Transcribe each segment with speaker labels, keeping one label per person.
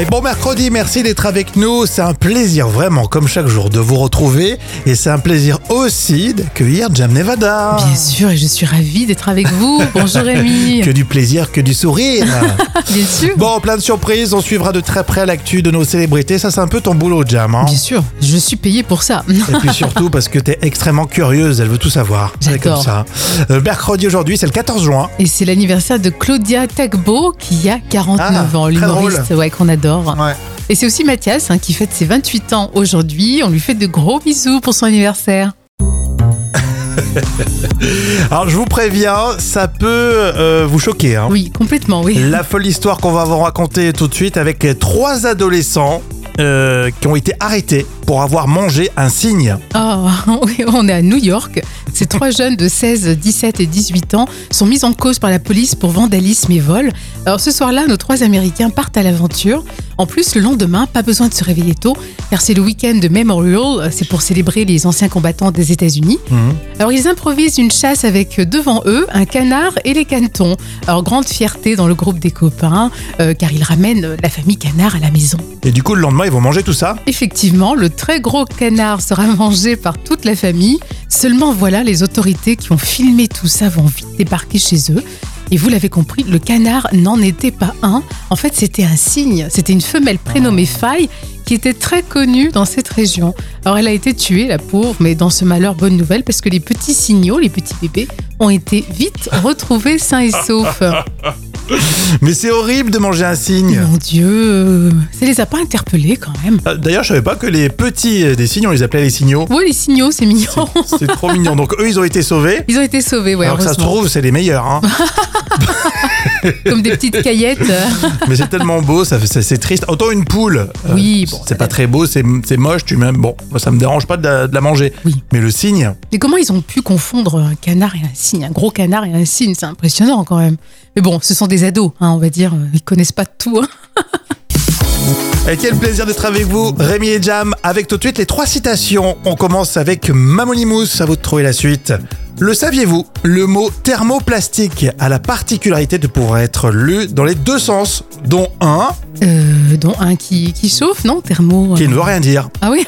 Speaker 1: Et bon mercredi, merci d'être avec nous. C'est un plaisir vraiment, comme chaque jour, de vous retrouver. Et c'est un plaisir aussi d'accueillir Jam Nevada.
Speaker 2: Bien sûr, et je suis ravie d'être avec vous. Bonjour Rémi.
Speaker 1: Que du plaisir, que du sourire.
Speaker 2: Bien sûr.
Speaker 1: bon, plein de surprises. On suivra de très près l'actu de nos célébrités. Ça, c'est un peu ton boulot, Jam. hein.
Speaker 2: Bien sûr, je suis payée pour ça.
Speaker 1: Et puis surtout parce que t'es extrêmement curieuse, elle veut tout savoir. C'est comme
Speaker 2: J'adore.
Speaker 1: ça. Euh, mercredi aujourd'hui, c'est le 14 juin.
Speaker 2: Et c'est l'anniversaire de Claudia Tagbo qui a 49
Speaker 1: Ah,
Speaker 2: ans,
Speaker 1: très
Speaker 2: l'humoriste ouais, qu'on adore.
Speaker 1: Ouais.
Speaker 2: Et c'est aussi Mathias hein, qui fête ses 28 ans aujourd'hui. On lui fait de gros bisous pour son anniversaire.
Speaker 1: Alors je vous préviens, ça peut euh, vous choquer. hein.
Speaker 2: Oui, complètement, oui.
Speaker 1: La folle histoire qu'on va vous raconter tout de suite avec trois adolescents euh, qui ont été arrêtés pour avoir mangé un cygne.
Speaker 2: Oh, oui, on est à New York. Ces trois jeunes de 16, 17 et 18 ans sont mis en cause par la police pour vandalisme et vol. Alors ce soir-là, nos trois Américains partent à l'aventure. En plus, le lendemain, pas besoin de se réveiller tôt, car c'est le week-end de Memorial, c'est pour célébrer les anciens combattants des États-Unis. Alors ils improvisent une chasse avec euh, devant eux un canard et les canetons. Alors grande fierté dans le groupe des copains, euh, car ils ramènent euh, la famille canard à la maison.
Speaker 1: Et du coup, le lendemain, ils vont manger tout ça.
Speaker 2: Effectivement, le très gros canard sera mangé par toute la famille. Seulement voilà, les autorités qui ont filmé tout ça vont vite débarquer chez eux. Et vous l'avez compris, le canard n'en était pas un. En fait, c'était un signe. C'était une femelle prénommée Faille qui était très connue dans cette région. Alors, elle a été tuée, la pauvre, mais dans ce malheur, bonne nouvelle, parce que les petits signaux, les petits bébés, ont été vite retrouvés sains et saufs.
Speaker 1: Mais c'est horrible de manger un cygne.
Speaker 2: Mon Dieu, ça les a pas interpellés quand même.
Speaker 1: Euh, D'ailleurs, je savais pas que les petits euh, des cygnes, on les appelait les signaux.
Speaker 2: Oui, les signaux, c'est mignon.
Speaker 1: C'est trop mignon. Donc eux, ils ont été sauvés.
Speaker 2: Ils ont été sauvés, ouais,
Speaker 1: Alors que ça se
Speaker 2: heureusement.
Speaker 1: trouve, c'est les meilleurs. hein.
Speaker 2: Comme des petites caillettes.
Speaker 1: Mais c'est tellement beau, ça, fait- c'est c'est triste. Autant une poule, euh,
Speaker 2: Oui, bon,
Speaker 1: c'est pas très beau, c'est c'est moche, tu m'aimes. Bon, moi, ça me dérange pas de la, de la manger.
Speaker 2: Oui.
Speaker 1: Mais le cygne,
Speaker 2: Mais comment ils ont pu confondre un canard et un cygne Un gros canard et un cygne, c'est impressionnant quand même. Mais bon, ce sont des ados, hein, on va dire. Ils connaissent pas tout. hein.
Speaker 1: et quel plaisir d'être avec vous, Rémi et Jam, avec tout de suite les trois citations. On commence avec Mamonimous, à vous de trouver la suite. Le saviez-vous Le mot thermoplastique a la particularité de pouvoir être lu dans les deux sens, dont un
Speaker 2: Euh, dont un qui, qui chauffe, non Thermo. euh.
Speaker 1: qui ne veut rien dire.
Speaker 2: Ah oui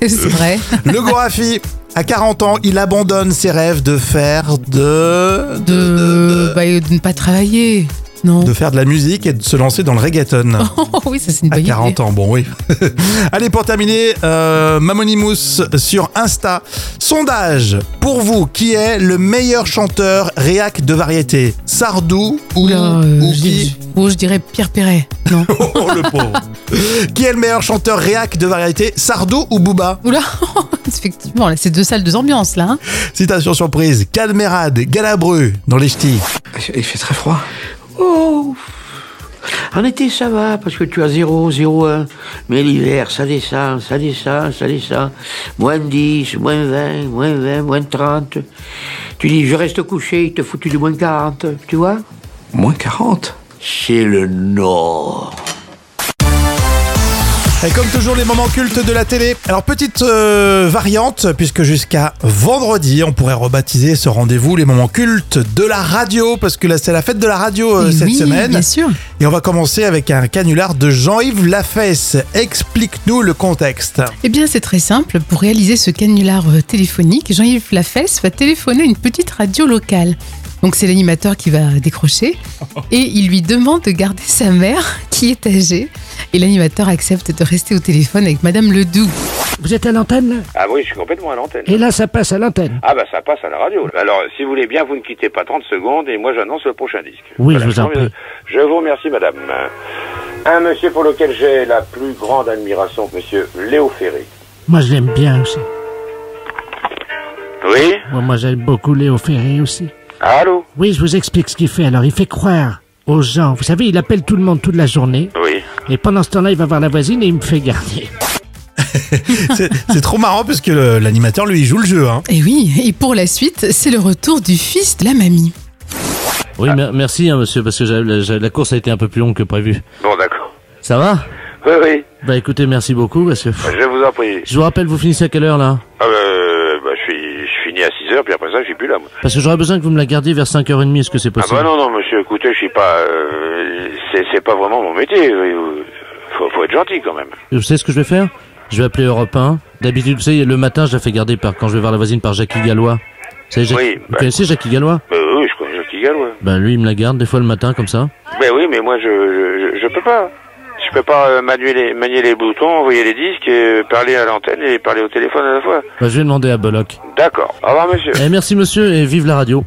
Speaker 2: C'est vrai.
Speaker 1: Le Gorafi, à 40 ans, il abandonne ses rêves de faire de...
Speaker 2: De, bah, euh, de ne pas travailler. Non.
Speaker 1: de faire de la musique et de se lancer dans le reggaeton.
Speaker 2: Oh, oui, ça c'est une
Speaker 1: À
Speaker 2: bonne idée.
Speaker 1: 40 ans, bon oui. Allez, pour terminer, euh, Mamonimous sur Insta. Sondage, pour vous, qui est le meilleur chanteur réac de variété Sardou ou,
Speaker 2: Oula, euh,
Speaker 1: ou
Speaker 2: je,
Speaker 1: qui
Speaker 2: dis- oh, je dirais Pierre Perret. Non.
Speaker 1: Oh, le pauvre. Qui est le meilleur chanteur réac de variété Sardou ou Booba
Speaker 2: Oula, effectivement, là, c'est deux salles, deux ambiances, là. hein.
Speaker 1: Citation surprise, Calmerade, Galabru dans les ch'tis.
Speaker 3: Il fait- il fait très froid.
Speaker 4: Oh En été, ça va, parce que tu as 0, 0, 1. Mais l'hiver, ça descend, ça descend, ça descend. Moins 10, moins 20, moins 20, moins 30. Tu dis, je reste couché, il te foutu du moins 40, tu vois
Speaker 3: Moins 40.
Speaker 4: C'est le Nord.
Speaker 1: Et comme toujours, les moments cultes de la télé. Alors, petite euh, variante, puisque jusqu'à vendredi, on pourrait rebaptiser ce rendez-vous les moments cultes de la radio, parce que là, c'est la fête de la radio euh,
Speaker 2: Et
Speaker 1: cette
Speaker 2: Eh oui,
Speaker 1: semaine.
Speaker 2: Bien sûr.
Speaker 1: Et on va commencer avec un canular de Jean-Yves Lafesse. Explique-nous le contexte.
Speaker 2: Eh bien, c'est très simple. Pour réaliser ce canular euh, téléphonique, Jean-Yves Lafesse va téléphoner à une petite radio locale. Donc, c'est l'animateur qui va décrocher et il lui demande de garder sa mère qui est âgée. Et l'animateur accepte de rester au téléphone avec Madame Ledoux.
Speaker 5: Vous êtes à l'antenne là
Speaker 6: Ah oui, je suis complètement à l'antenne.
Speaker 5: Et là, ça passe à l'antenne.
Speaker 6: Ah bah ça passe à la radio. Alors, si vous voulez bien, vous ne quittez pas 30 secondes et moi j'annonce le prochain disque.
Speaker 5: Oui, je vous en
Speaker 6: remercie- Je vous remercie, madame. Un monsieur pour lequel j'ai la plus grande admiration, monsieur Léo Ferré.
Speaker 5: Moi, je l'aime bien aussi.
Speaker 6: Oui
Speaker 5: Moi, moi, j'aime beaucoup Léo Ferré aussi.
Speaker 6: Allô
Speaker 5: Oui, je vous explique ce qu'il fait. Alors, il fait croire aux gens. Vous savez, il appelle tout le monde toute la journée.
Speaker 6: Oui.
Speaker 5: Et pendant ce temps-là, il va voir la voisine et il me fait garder.
Speaker 1: C'est c'est trop marrant, parce que le- l'animateur, lui, il joue le jeu. Hein.
Speaker 2: Et Eh oui, et pour la suite, c'est le retour du fils de la mamie.
Speaker 7: Oui, mer- merci, hein, monsieur, parce que j'a- la, j'a- la course a été un peu plus longue que prévu.
Speaker 6: Bon, d'accord.
Speaker 7: Ça va
Speaker 6: Oui, oui,
Speaker 7: Bah écoutez, merci beaucoup, parce que... pff,
Speaker 6: je vous en prie.
Speaker 7: je vous rappelle, vous finissez à quelle heure, là
Speaker 6: Ah, euh, bah, je, bah, suis, je finis à 6 h heures, puis après ça, je suis plus là.
Speaker 5: Bah,
Speaker 6: moi.
Speaker 7: Parce que j'aurais besoin que vous me la gardiez vers 5h30, est-ce que c'est
Speaker 6: Ah
Speaker 7: possible
Speaker 6: bah non, non, monsieur, écoutez, je suis pas... euh, c'est c'est pas vraiment mon métier. euh, Faut, faut être gentil, quand même.
Speaker 7: Vous savez ce que je vais faire Je vais appeler Europe 1. D'habitude, vous savez, le matin, je la fais garder par, quand je vais voir la voisine par Jackie Gallois. Vous, savez, Jackie-
Speaker 6: Oui,
Speaker 7: vous
Speaker 6: bah-
Speaker 7: connaissez Jackie Gallois
Speaker 6: Bah oui, je connais Jackie Gallois.
Speaker 7: Ben lui, il me la garde des fois le matin comme ça.
Speaker 6: Ben oui, mais moi, je, je, je- je peux pas. Je peux pas euh, manuer les, manier les boutons, envoyer les disques, et parler à l'antenne et parler au téléphone à la fois.
Speaker 7: Ben, je vais demander à Bollock.
Speaker 6: D'accord. Au revoir, monsieur.
Speaker 7: Eh, merci monsieur et vive la radio.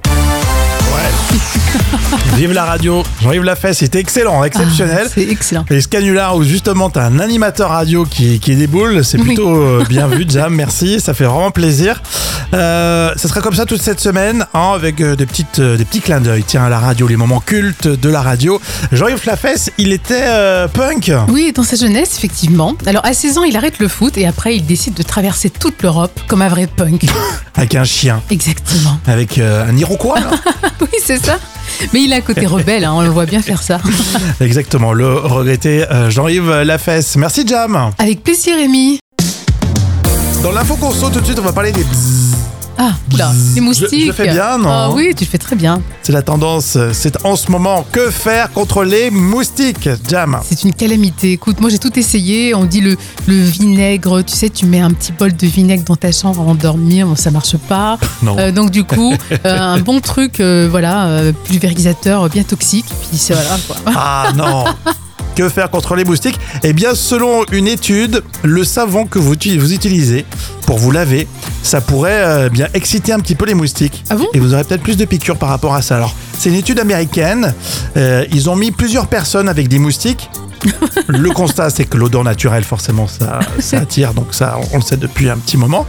Speaker 1: Vive la radio. Jean-Yves Lafesse, c'était excellent, exceptionnel.
Speaker 2: Ah, c'est excellent.
Speaker 1: Et ce canular où justement t'as un animateur radio qui, qui déboule, c'est
Speaker 2: Oui.
Speaker 1: plutôt euh, bien vu, Jam. Merci, ça fait vraiment plaisir. Euh, ça sera comme ça toute cette semaine, hein, avec euh, des petites, euh, des petits clins d'œil. Tiens, à la radio, les moments cultes de la radio. Jean-Yves Lafesse, il était euh, punk.
Speaker 2: Oui, dans sa jeunesse, effectivement. Alors, à 16 ans, il arrête le foot et après, il décide de traverser toute l'Europe comme un vrai punk.
Speaker 1: Avec un chien,
Speaker 2: Exactement.
Speaker 1: avec euh, un Iroquois. là.
Speaker 2: Oui, c'est ça. Mais il a un côté rebelle, hein, on le voit bien faire ça.
Speaker 1: Exactement, le regretté euh, Jean-Yves Lafesse. Merci, Jam.
Speaker 2: Avec plaisir, Rémi.
Speaker 1: Dans l'info conso, tout de suite, on va parler des bzzz.
Speaker 2: Ah, oula, les moustiques.
Speaker 1: je le fais bien, non
Speaker 2: Ah oui, tu le fais très bien.
Speaker 1: C'est la tendance, c'est en ce moment. Que faire contre les moustiques, Jam
Speaker 2: C'est une calamité. Écoute, moi j'ai tout essayé. On dit le, le vinaigre, tu sais, tu mets un petit bol de vinaigre dans ta chambre avant de dormir, bon, ça marche pas.
Speaker 1: Non.
Speaker 2: Euh, donc du coup, euh, un bon truc, euh, voilà, euh, pulvérisateur euh, bien toxique. Puis c'est voilà quoi.
Speaker 1: Ah non Que faire contre les moustiques Eh bien, selon une étude, le savon que vous, tu- vous utilisez pour vous laver, ça pourrait euh, bien exciter un petit peu les moustiques.
Speaker 2: Ah bon
Speaker 1: Et vous aurez peut-être plus de piqûres par rapport à ça. Alors, c'est une étude américaine. Euh, ils ont mis plusieurs personnes avec des moustiques. le constat, c'est que l'odeur naturelle, forcément, ça, ça attire. Donc ça, on, on le sait depuis un petit moment.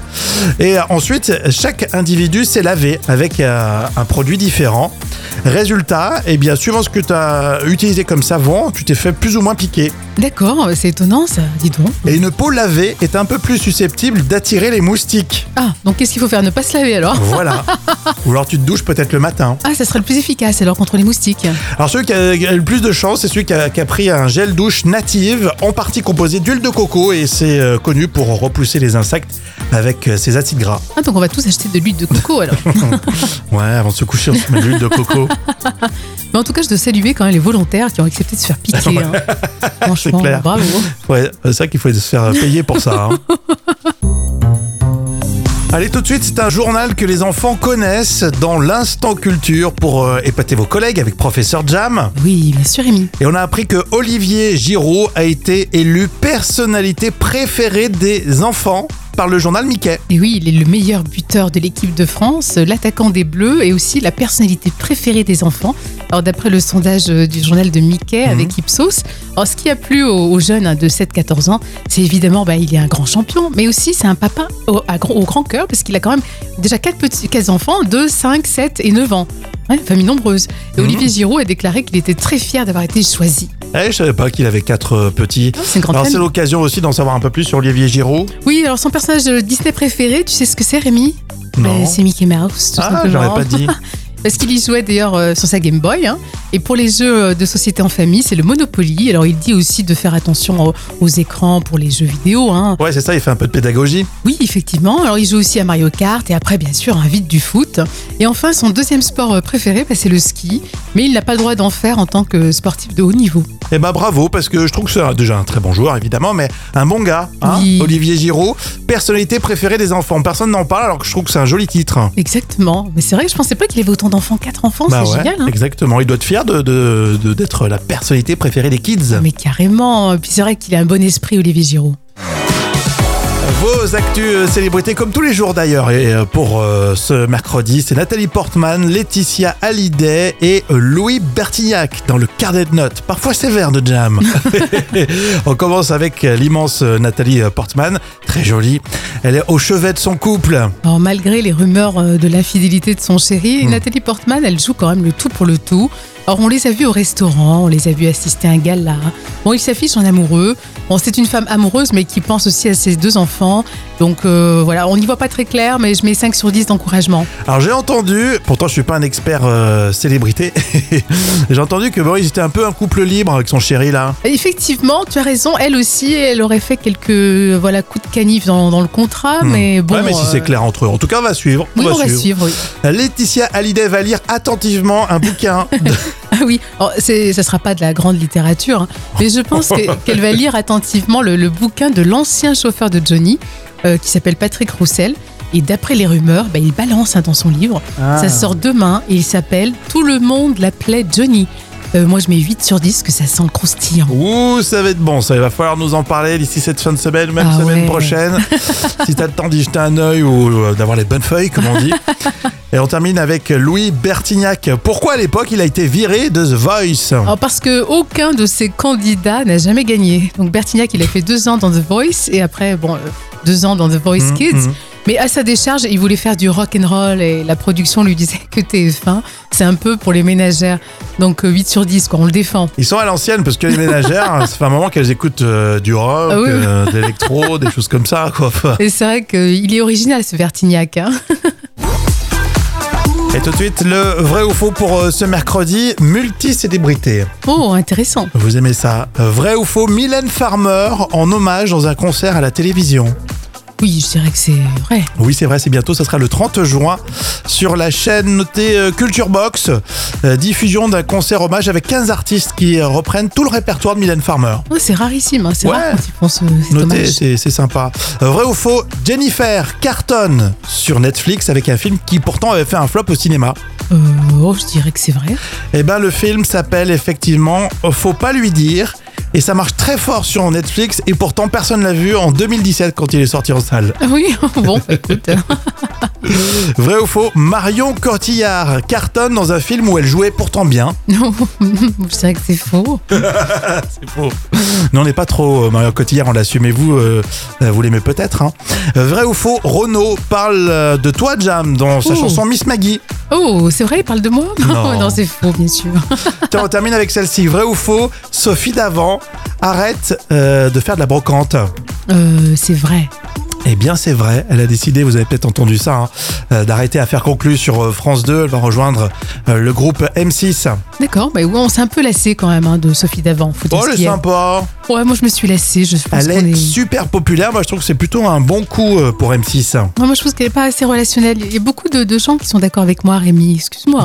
Speaker 1: Et euh, ensuite, chaque individu s'est lavé avec euh, un produit différent. Résultat, eh bien, suivant ce que tu as utilisé comme savon, tu t'es fait plus ou moins piquer.
Speaker 2: D'accord, c'est étonnant ça, dis donc.
Speaker 1: Et une peau lavée est un peu plus susceptible d'attirer les moustiques.
Speaker 2: Ah, donc qu'est-ce qu'il faut faire Ne pas se laver alors
Speaker 1: Voilà. Ou alors tu te douches peut-être le matin.
Speaker 2: Ah, ça serait le plus efficace alors contre les moustiques.
Speaker 1: Alors celui qui a, qui a le plus de chance, c'est celui qui a, qui a pris un gel douche native, en partie composé d'huile de coco, et c'est euh, connu pour repousser les insectes avec euh, ses acides gras.
Speaker 2: Ah, donc on va tous acheter de l'huile de coco alors.
Speaker 1: Ouais, avant de se coucher, on se met de l'huile de coco.
Speaker 2: Mais en tout cas, je dois saluer quand même les volontaires qui ont accepté de se faire piquer. hein. Franchement,
Speaker 1: clair.
Speaker 2: bravo.
Speaker 1: Ouais, c'est ça qu'il faut se faire payer pour ça. hein. Allez, tout de suite, c'est un journal que les enfants connaissent dans l'instant culture pour euh, épater vos collègues avec Professeur Jam.
Speaker 2: Oui, bien sûr, Rémi.
Speaker 1: Et on a appris que Olivier Giraud a été élu personnalité préférée des enfants par le journal Mickey.
Speaker 2: Et oui, il est le meilleur buteur de l'équipe de France, l'attaquant des Bleus et aussi la personnalité préférée des enfants. Alors d'après le sondage euh, du journal de Mickey
Speaker 1: Mhm.
Speaker 2: avec Ipsos, alors ce qui a plu aux, aux jeunes hein, de 7-14 ans, c'est évidemment bah, il est un grand champion, mais aussi c'est un papa au, à gros- au grand cœur parce qu'il a quand même déjà quatre petits quatre enfants de 5, 7 et 9 ans. Ouais, famille nombreuse. Et
Speaker 1: Mhm.
Speaker 2: Olivier Giraud a déclaré qu'il était très fier d'avoir été choisi.
Speaker 1: Eh, je savais pas qu'il avait quatre euh, petits.
Speaker 2: C'est une grande
Speaker 1: Alors c'est
Speaker 2: famille.
Speaker 1: l'occasion aussi d'en savoir un peu plus sur Olivier Giraud.
Speaker 2: Oui, alors son personnage euh, Disney préféré, tu sais ce que c'est Rémi
Speaker 1: Non.
Speaker 2: Bah, C'est Mickey Mouse, tout
Speaker 1: ah,
Speaker 2: simplement.
Speaker 1: j'aurais pas dit.
Speaker 2: Parce qu'il y jouait d'ailleurs euh, sur sa Game Boy. hein. Et pour les jeux euh, de société en famille, c'est le Monopoly. Alors il dit aussi de faire attention aux, aux écrans pour les jeux vidéo. hein.
Speaker 1: Ouais, c'est ça, il fait un peu de pédagogie.
Speaker 2: Oui, effectivement. Alors il joue aussi à Mario Kart et après, bien sûr, un vide du foot. Et enfin, son deuxième sport euh, préféré, bah, c'est le ski. Mais il n'a pas le droit d'en faire en tant que sportif de haut niveau.
Speaker 1: Eh ben bravo, parce que je trouve que c'est un- déjà un très bon joueur, évidemment, mais un bon gars, hein,
Speaker 2: Oui.
Speaker 1: Olivier Giraud, personnalité préférée des enfants. Personne n'en parle alors que je trouve que c'est un joli titre.
Speaker 2: Exactement. Mais c'est vrai que je pensais pas qu'il avait autant d'enfants. Quatre enfants, c'est
Speaker 1: Bah ouais,
Speaker 2: génial. hein.
Speaker 1: exactement. Il doit être fier de, de- de- d'être la personnalité préférée des kids.
Speaker 2: Mais carrément. Et puis c'est vrai qu'il a un bon esprit, Olivier Giraud.
Speaker 1: Vos actus euh, célébrités comme tous les jours d'ailleurs. Et euh, pour euh, ce mercredi, c'est Nathalie Portman, Laetitia Hallyday et euh, Louis Bertignac dans le carnet de notes, parfois sévère de Jam. On commence avec euh, l'immense euh, Nathalie euh, Portman, très jolie. Elle est au chevet de son couple.
Speaker 2: Alors,
Speaker 1: Hmm.
Speaker 2: malgré les rumeurs euh, de l'infidélité de son chéri, Nathalie Portman, elle joue quand même le tout pour le tout. Alors, on les a vus au restaurant, on les a vus assister à un gala. Bon, il s'affiche en amoureux. Bon, c'est une femme amoureuse, mais qui pense aussi à ses deux enfants. Donc, euh, voilà, on n'y voit pas très clair, mais je mets 5 sur 10 d'encouragement.
Speaker 1: Alors j'ai entendu, pourtant je suis pas un expert euh, célébrité, j'ai entendu que Boris était un peu un couple libre avec son chéri là.
Speaker 2: Effectivement, tu as raison, elle aussi, elle aurait fait quelques voilà, coups de canif dans, dans le contrat, mais bon.
Speaker 1: Hmm. ouais mais si
Speaker 2: euh,
Speaker 1: c'est clair entre eux. En tout cas on va suivre.
Speaker 2: Oui, on va suivre, oui.
Speaker 1: Laetitia Hallyday va lire attentivement un bouquin. de-
Speaker 2: Ah oui, alors, c'est- ça ne sera pas de la grande littérature, hein, mais je pense que- qu'elle va lire attentivement le, le bouquin de l'ancien chauffeur de Johnny, euh, qui s'appelle Patrick Roussel. Et d'après les rumeurs, bah, il balance hein, dans son livre. Ça sort demain et il s'appelle Tout le monde l'appelait Johnny. Euh, moi, je mets 8 sur 10, que ça sent le croustillant.
Speaker 1: Ouh, ça va être bon, ça il va falloir nous en parler d'ici cette fin de semaine, même
Speaker 2: Ah
Speaker 1: semaine
Speaker 2: ouais.
Speaker 1: prochaine. si t'as le temps d'y jeter un œil ou euh, d'avoir les bonnes feuilles, comme on dit. Et on termine avec Louis Bertignac. Pourquoi à l'époque il a été viré de The Voice Hum,
Speaker 2: Alors, parce que aucun de ces candidats n'a jamais gagné. Donc Bertignac, il a fait deux ans dans The Voice et après, bon, euh, deux ans dans The Voice
Speaker 1: Mhm,
Speaker 2: Kids.
Speaker 1: mhm.
Speaker 2: Mais à sa décharge, il voulait faire du rock and roll et la production lui disait que TF1, c'est un peu pour les ménagères. Donc euh, 8 sur 10, quoi, on le défend.
Speaker 1: Ils sont à l'ancienne parce que les ménagères, ça fait un moment qu'elles écoutent euh, du rock,
Speaker 2: Ah oui, oui.
Speaker 1: euh, de l'électro, des choses comme ça. Quoi. Enfin,
Speaker 2: Et c'est vrai qu'il est original ce Bertignac. hein.
Speaker 1: Et tout de suite, le vrai ou faux pour euh, ce mercredi, multicélébrité.
Speaker 2: Oh, intéressant.
Speaker 1: Vous aimez ça Euh, Vrai ou faux, Mylène Farmer en hommage dans un concert à la télévision.
Speaker 2: Oui, je dirais que c'est vrai.
Speaker 1: Oui, c'est vrai, c'est bientôt, ça sera le 30 juin sur la chaîne notée euh, Culture Box, euh, diffusion d'un concert hommage avec 15 artistes qui euh, reprennent tout le répertoire de Mylène Farmer.
Speaker 2: Oh, c'est rarissime, hein. c'est
Speaker 1: Ouais.
Speaker 2: rare quand ils font ce- cet
Speaker 1: Notez,
Speaker 2: hommage.
Speaker 1: c'est c'est sympa. Euh, Vrai ou faux, Jennifer Carton sur Netflix avec un film qui pourtant avait fait un flop au cinéma.
Speaker 2: Euh, oh, je dirais que c'est vrai.
Speaker 1: Eh ben le film s'appelle effectivement Faut pas lui dire et ça marche très fort sur Netflix et pourtant personne l'a vu en 2017 quand il est sorti en salle.
Speaker 2: Ah Oui, bon, bah, écoute.
Speaker 1: Vrai ou faux, Marion Cotillard Carton dans un film où elle jouait pourtant bien.
Speaker 2: Non, je dirais que c'est faux.
Speaker 1: C'est faux. Non, on n'est pas trop euh, Marion Cotillard, on l'assume mais vous euh, euh, vous l'aimez peut-être hein. Euh, Vrai ou faux, Renaud parle euh, de toi Jam dans sa
Speaker 2: Oh.
Speaker 1: chanson Miss Maggie.
Speaker 2: Oh, c'est vrai, il parle de moi Oh,
Speaker 1: Non.
Speaker 2: c'est faux, bien sûr.
Speaker 1: Tiens, on termine avec celle-ci. Vrai ou faux Sophie Davant arrête euh, de faire de la brocante.
Speaker 2: Euh, c'est vrai.
Speaker 1: Eh bien, c'est vrai. Elle a décidé, vous avez peut-être entendu ça, hein, euh, d'arrêter à faire conclure sur euh, France 2. Elle va rejoindre euh, le groupe M6.
Speaker 2: D'accord, bah ouais, on s'est un peu lassé quand même hein, de Sophie d'avant. faut dire
Speaker 1: Oh,
Speaker 2: ce
Speaker 1: elle
Speaker 2: qu'il
Speaker 1: est
Speaker 2: y a.
Speaker 1: sympa.
Speaker 2: Ouais, moi je me suis lassée. Je pense
Speaker 1: Elle
Speaker 2: qu'on
Speaker 1: est
Speaker 2: est-
Speaker 1: super populaire. Moi, je trouve que c'est plutôt un bon coup euh, pour M6.
Speaker 2: Ouais, hein. moi je trouve qu'elle n'est pas assez relationnelle. Il y a beaucoup de, de gens qui sont d'accord avec moi, Rémi. Excuse-moi.